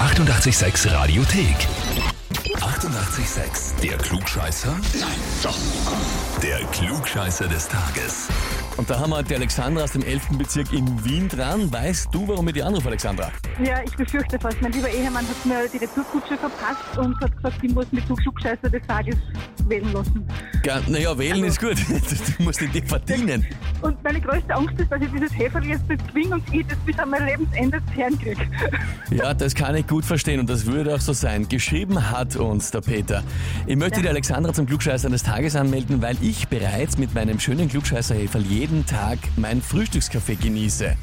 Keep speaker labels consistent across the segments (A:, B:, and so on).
A: 886 Radiothek. 88,6. Der Klugscheißer? Nein, doch. Der Klugscheißer des Tages.
B: Und da haben wir die Alexandra aus dem 11. Bezirk in Wien dran. Weißt du, warum ich die anrufe, Alexandra?
C: Ja, ich befürchte fast. Mein lieber Ehemann hat mir die Retourkutsche verpasst und hat gesagt, ich muss mit Klugscheiße des Tages wählen lassen.
B: Ja, naja, wählen ist gut. Du musst den dir verdienen.
C: Und meine größte Angst ist, dass ich dieses Heferl jetzt bezwinge und ich das bis an mein Lebensende fernkriege.
B: Ja, das kann ich gut verstehen und das würde auch so sein. Geschrieben hat uns der Peter. Ich möchte die Alexandra zum Klugscheißer des Tages anmelden, weil ich bereits mit meinem schönen Klugscheißerheferl jeden Tag mein Frühstückskaffee genieße.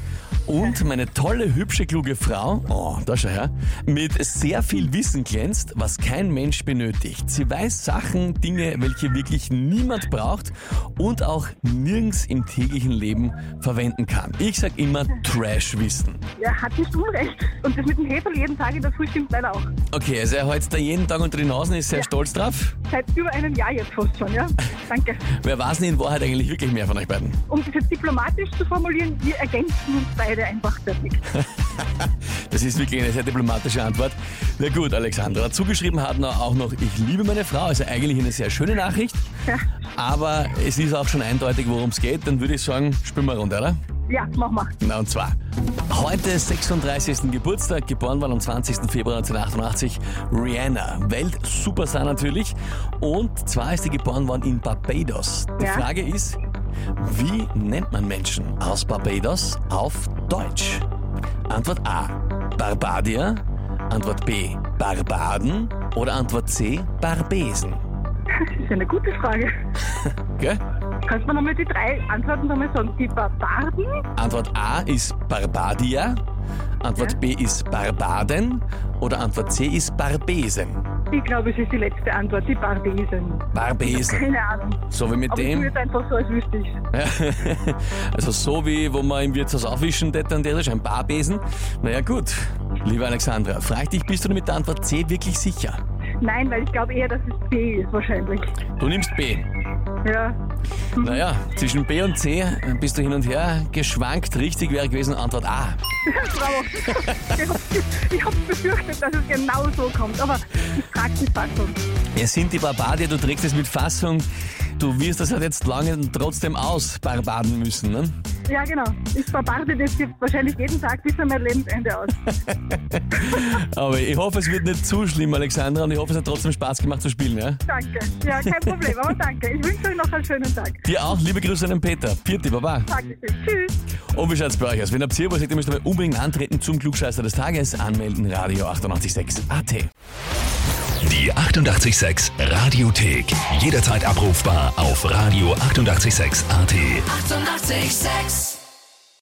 B: Und meine tolle, hübsche, kluge Frau, oh, da schau her, mit sehr viel Wissen glänzt, was kein Mensch benötigt. Sie weiß Sachen, Dinge, welche wirklich niemand braucht und auch nirgends im täglichen Leben verwenden kann. Ich sag immer Trash-Wissen.
C: Er hat nicht unrecht. Und das mit dem Heferl jeden Tag in der Früh stimmt leider auch.
B: Okay, also er heute da jeden Tag unter den Nasen, ist sehr stolz drauf.
C: Seit über einem Jahr jetzt fast schon, ja? Danke.
B: Wer weiß denn in Wahrheit eigentlich wirklich mehr von euch beiden?
C: Um das jetzt diplomatisch zu formulieren, wir ergänzen uns beide einfach fertig.
B: Das ist wirklich eine sehr diplomatische Antwort. Na gut, Alexandra, zugeschrieben hat noch auch noch, ich liebe meine Frau, also eigentlich eine sehr schöne Nachricht.
C: Ja.
B: Aber es ist auch schon eindeutig, worum es geht. Dann würde ich sagen, spielen wir runter, oder?
C: Ja, mach mal.
B: Na und zwar, heute 36. Geburtstag, geboren war am 20. Februar 1988, Rihanna, Welt-Superstar natürlich. Und zwar ist sie geboren worden in Barbados. Die
C: Ja.
B: Frage ist, wie nennt man Menschen aus Barbados auf Deutsch? Antwort A, Barbadier. Antwort B, Barbaden. Oder Antwort C, Barbesen.
C: Das ist eine gute Frage.
B: Gell?
C: Kannst du mir nochmal die drei Antworten nochmal sagen? Die Barbarden,
B: Antwort A ist Barbadia, Antwort
C: Ja.
B: B ist Barbaden oder Antwort C ist Barbesen.
C: ich glaube, es ist die letzte Antwort, die Barbesen.
B: Barbesen.
C: Keine Ahnung.
B: So wie mit
C: Aber ich tue
B: dem,
C: jetzt einfach so, als wüsste ich
B: also so wie wo man im Wirtshaus aufwischen tät, dann theoretisch ein Barbesen. Naja gut, liebe Alexandra, frag dich, bist du dir mit der Antwort C wirklich sicher?
C: Nein, weil ich glaube eher, dass es B ist wahrscheinlich.
B: Du nimmst B.
C: Ja,
B: Naja, zwischen B und C bist du hin und her geschwankt. Richtig wäre gewesen Antwort A.
C: bravo. ich habe ich hab befürchtet, dass es genau so kommt, aber ich trage die Fassung.
B: Es sind die Barbadier, du trägst es mit Fassung. Du wirst das halt jetzt lange trotzdem ausbarbaden müssen, ne?
C: Ja, genau. Ich verbarde das jetzt wahrscheinlich jeden Tag bis an mein Lebensende aus.
B: Aber ich hoffe, es wird nicht zu schlimm, Alexandra, und ich hoffe, es hat trotzdem Spaß gemacht zu spielen, ja?
C: Danke. Ja, kein Problem, aber danke. Ich wünsche euch noch einen schönen Tag.
B: Dir auch, liebe Grüße an den Peter. Vierte, Baba.
C: Dankeschön. Tschüss.
B: Und wie schaut's bei euch aus? Wenn ihr habt, ihr sagt, ihr müsst aber unbedingt antreten zum Klugscheißer des Tages, anmelden, Radio 886 AT.
A: Die 88,6 Radiothek. Jederzeit abrufbar auf radio886.at. 88,6.
D: Eighty-eight, sex.